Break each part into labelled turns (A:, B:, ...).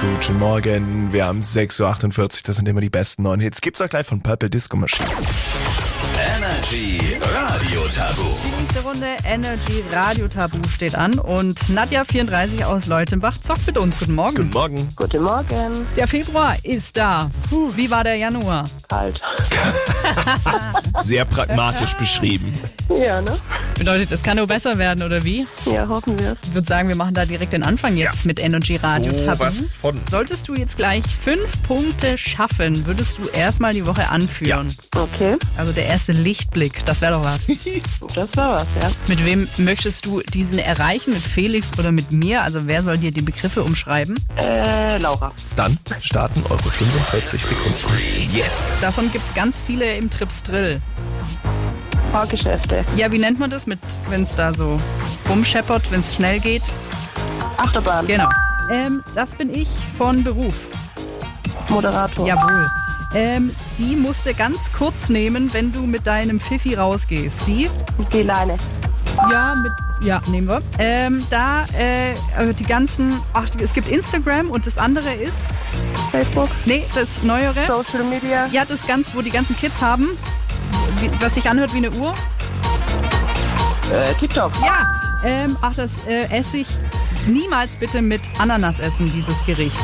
A: Guten Morgen, wir haben 6.48 Uhr, das sind immer die besten neuen Hits. Gibt's auch gleich von Purple Disco Machine.
B: Energy Radio Tabu.
C: Die nächste Runde Energy Radio Tabu steht an und Nadja 34 aus Leutenbach zockt mit uns. Guten Morgen.
A: Guten Morgen.
D: Guten Morgen.
C: Der Februar ist da. Puh, wie war der Januar?
D: Kalt.
A: Sehr pragmatisch beschrieben.
D: Ja, ne?
C: Bedeutet, es kann nur besser werden oder wie?
D: Ja, hoffen wir
C: Ich würde sagen, wir machen da direkt den Anfang jetzt mit Energy Radio
A: so
C: Tabu.
A: was von.
C: Solltest du jetzt gleich fünf Punkte schaffen, würdest du erstmal die Woche anführen.
D: Okay,
C: Also der erste Lichtblick, das wäre doch was.
D: das war was, ja.
C: mit wem möchtest du diesen erreichen? Mit Felix oder mit mir? Also wer soll dir die Begriffe umschreiben?
D: Äh, Laura.
A: Dann starten eure 45 Sekunden.
B: Jetzt
C: Davon gibt es ganz viele im Trips Drill.
D: Fahrgeschäfte.
C: Ja, wie nennt man das mit, wenn es da so rumscheppert, wenn es schnell geht?
D: Achterbahn.
C: Genau. Ähm, das bin ich von Beruf.
D: Moderator.
C: Jawohl. Ähm, die musst du ganz kurz nehmen, wenn du mit deinem Pfiffi rausgehst. Die?
D: Die Leine.
C: Ja, mit. Ja, nehmen wir. Ähm, da äh, also die ganzen. Ach, es gibt Instagram und das andere ist.
D: Facebook.
C: Nee, das Neuere.
D: Social Media.
C: Ja, das ganz, wo die ganzen Kids haben, wie, was sich anhört wie eine Uhr.
D: Äh, TikTok.
C: Ja. Ähm, ach, das äh, esse ich niemals bitte mit Ananas essen, dieses Gericht.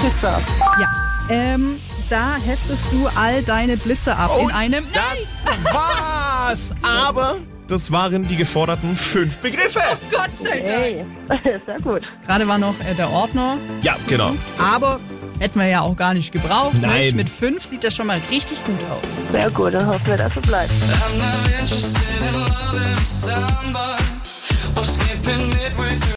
D: Pizza.
C: Ja. Ähm, da heftest du all deine Blitze ab in einem.
A: Das war's! Aber das waren die geforderten fünf Begriffe.
C: Gott sei
D: Hey, sehr gut.
C: Gerade war noch äh, der Ordner,
A: Ja, genau.
C: aber hätten wir ja auch gar nicht gebraucht.
A: Nein.
C: Nicht? Mit fünf sieht das schon mal richtig gut aus.
D: Sehr gut, dann hoffen wir, dass es bleibt.
E: I'm not interested in loving someone or skipping midway through.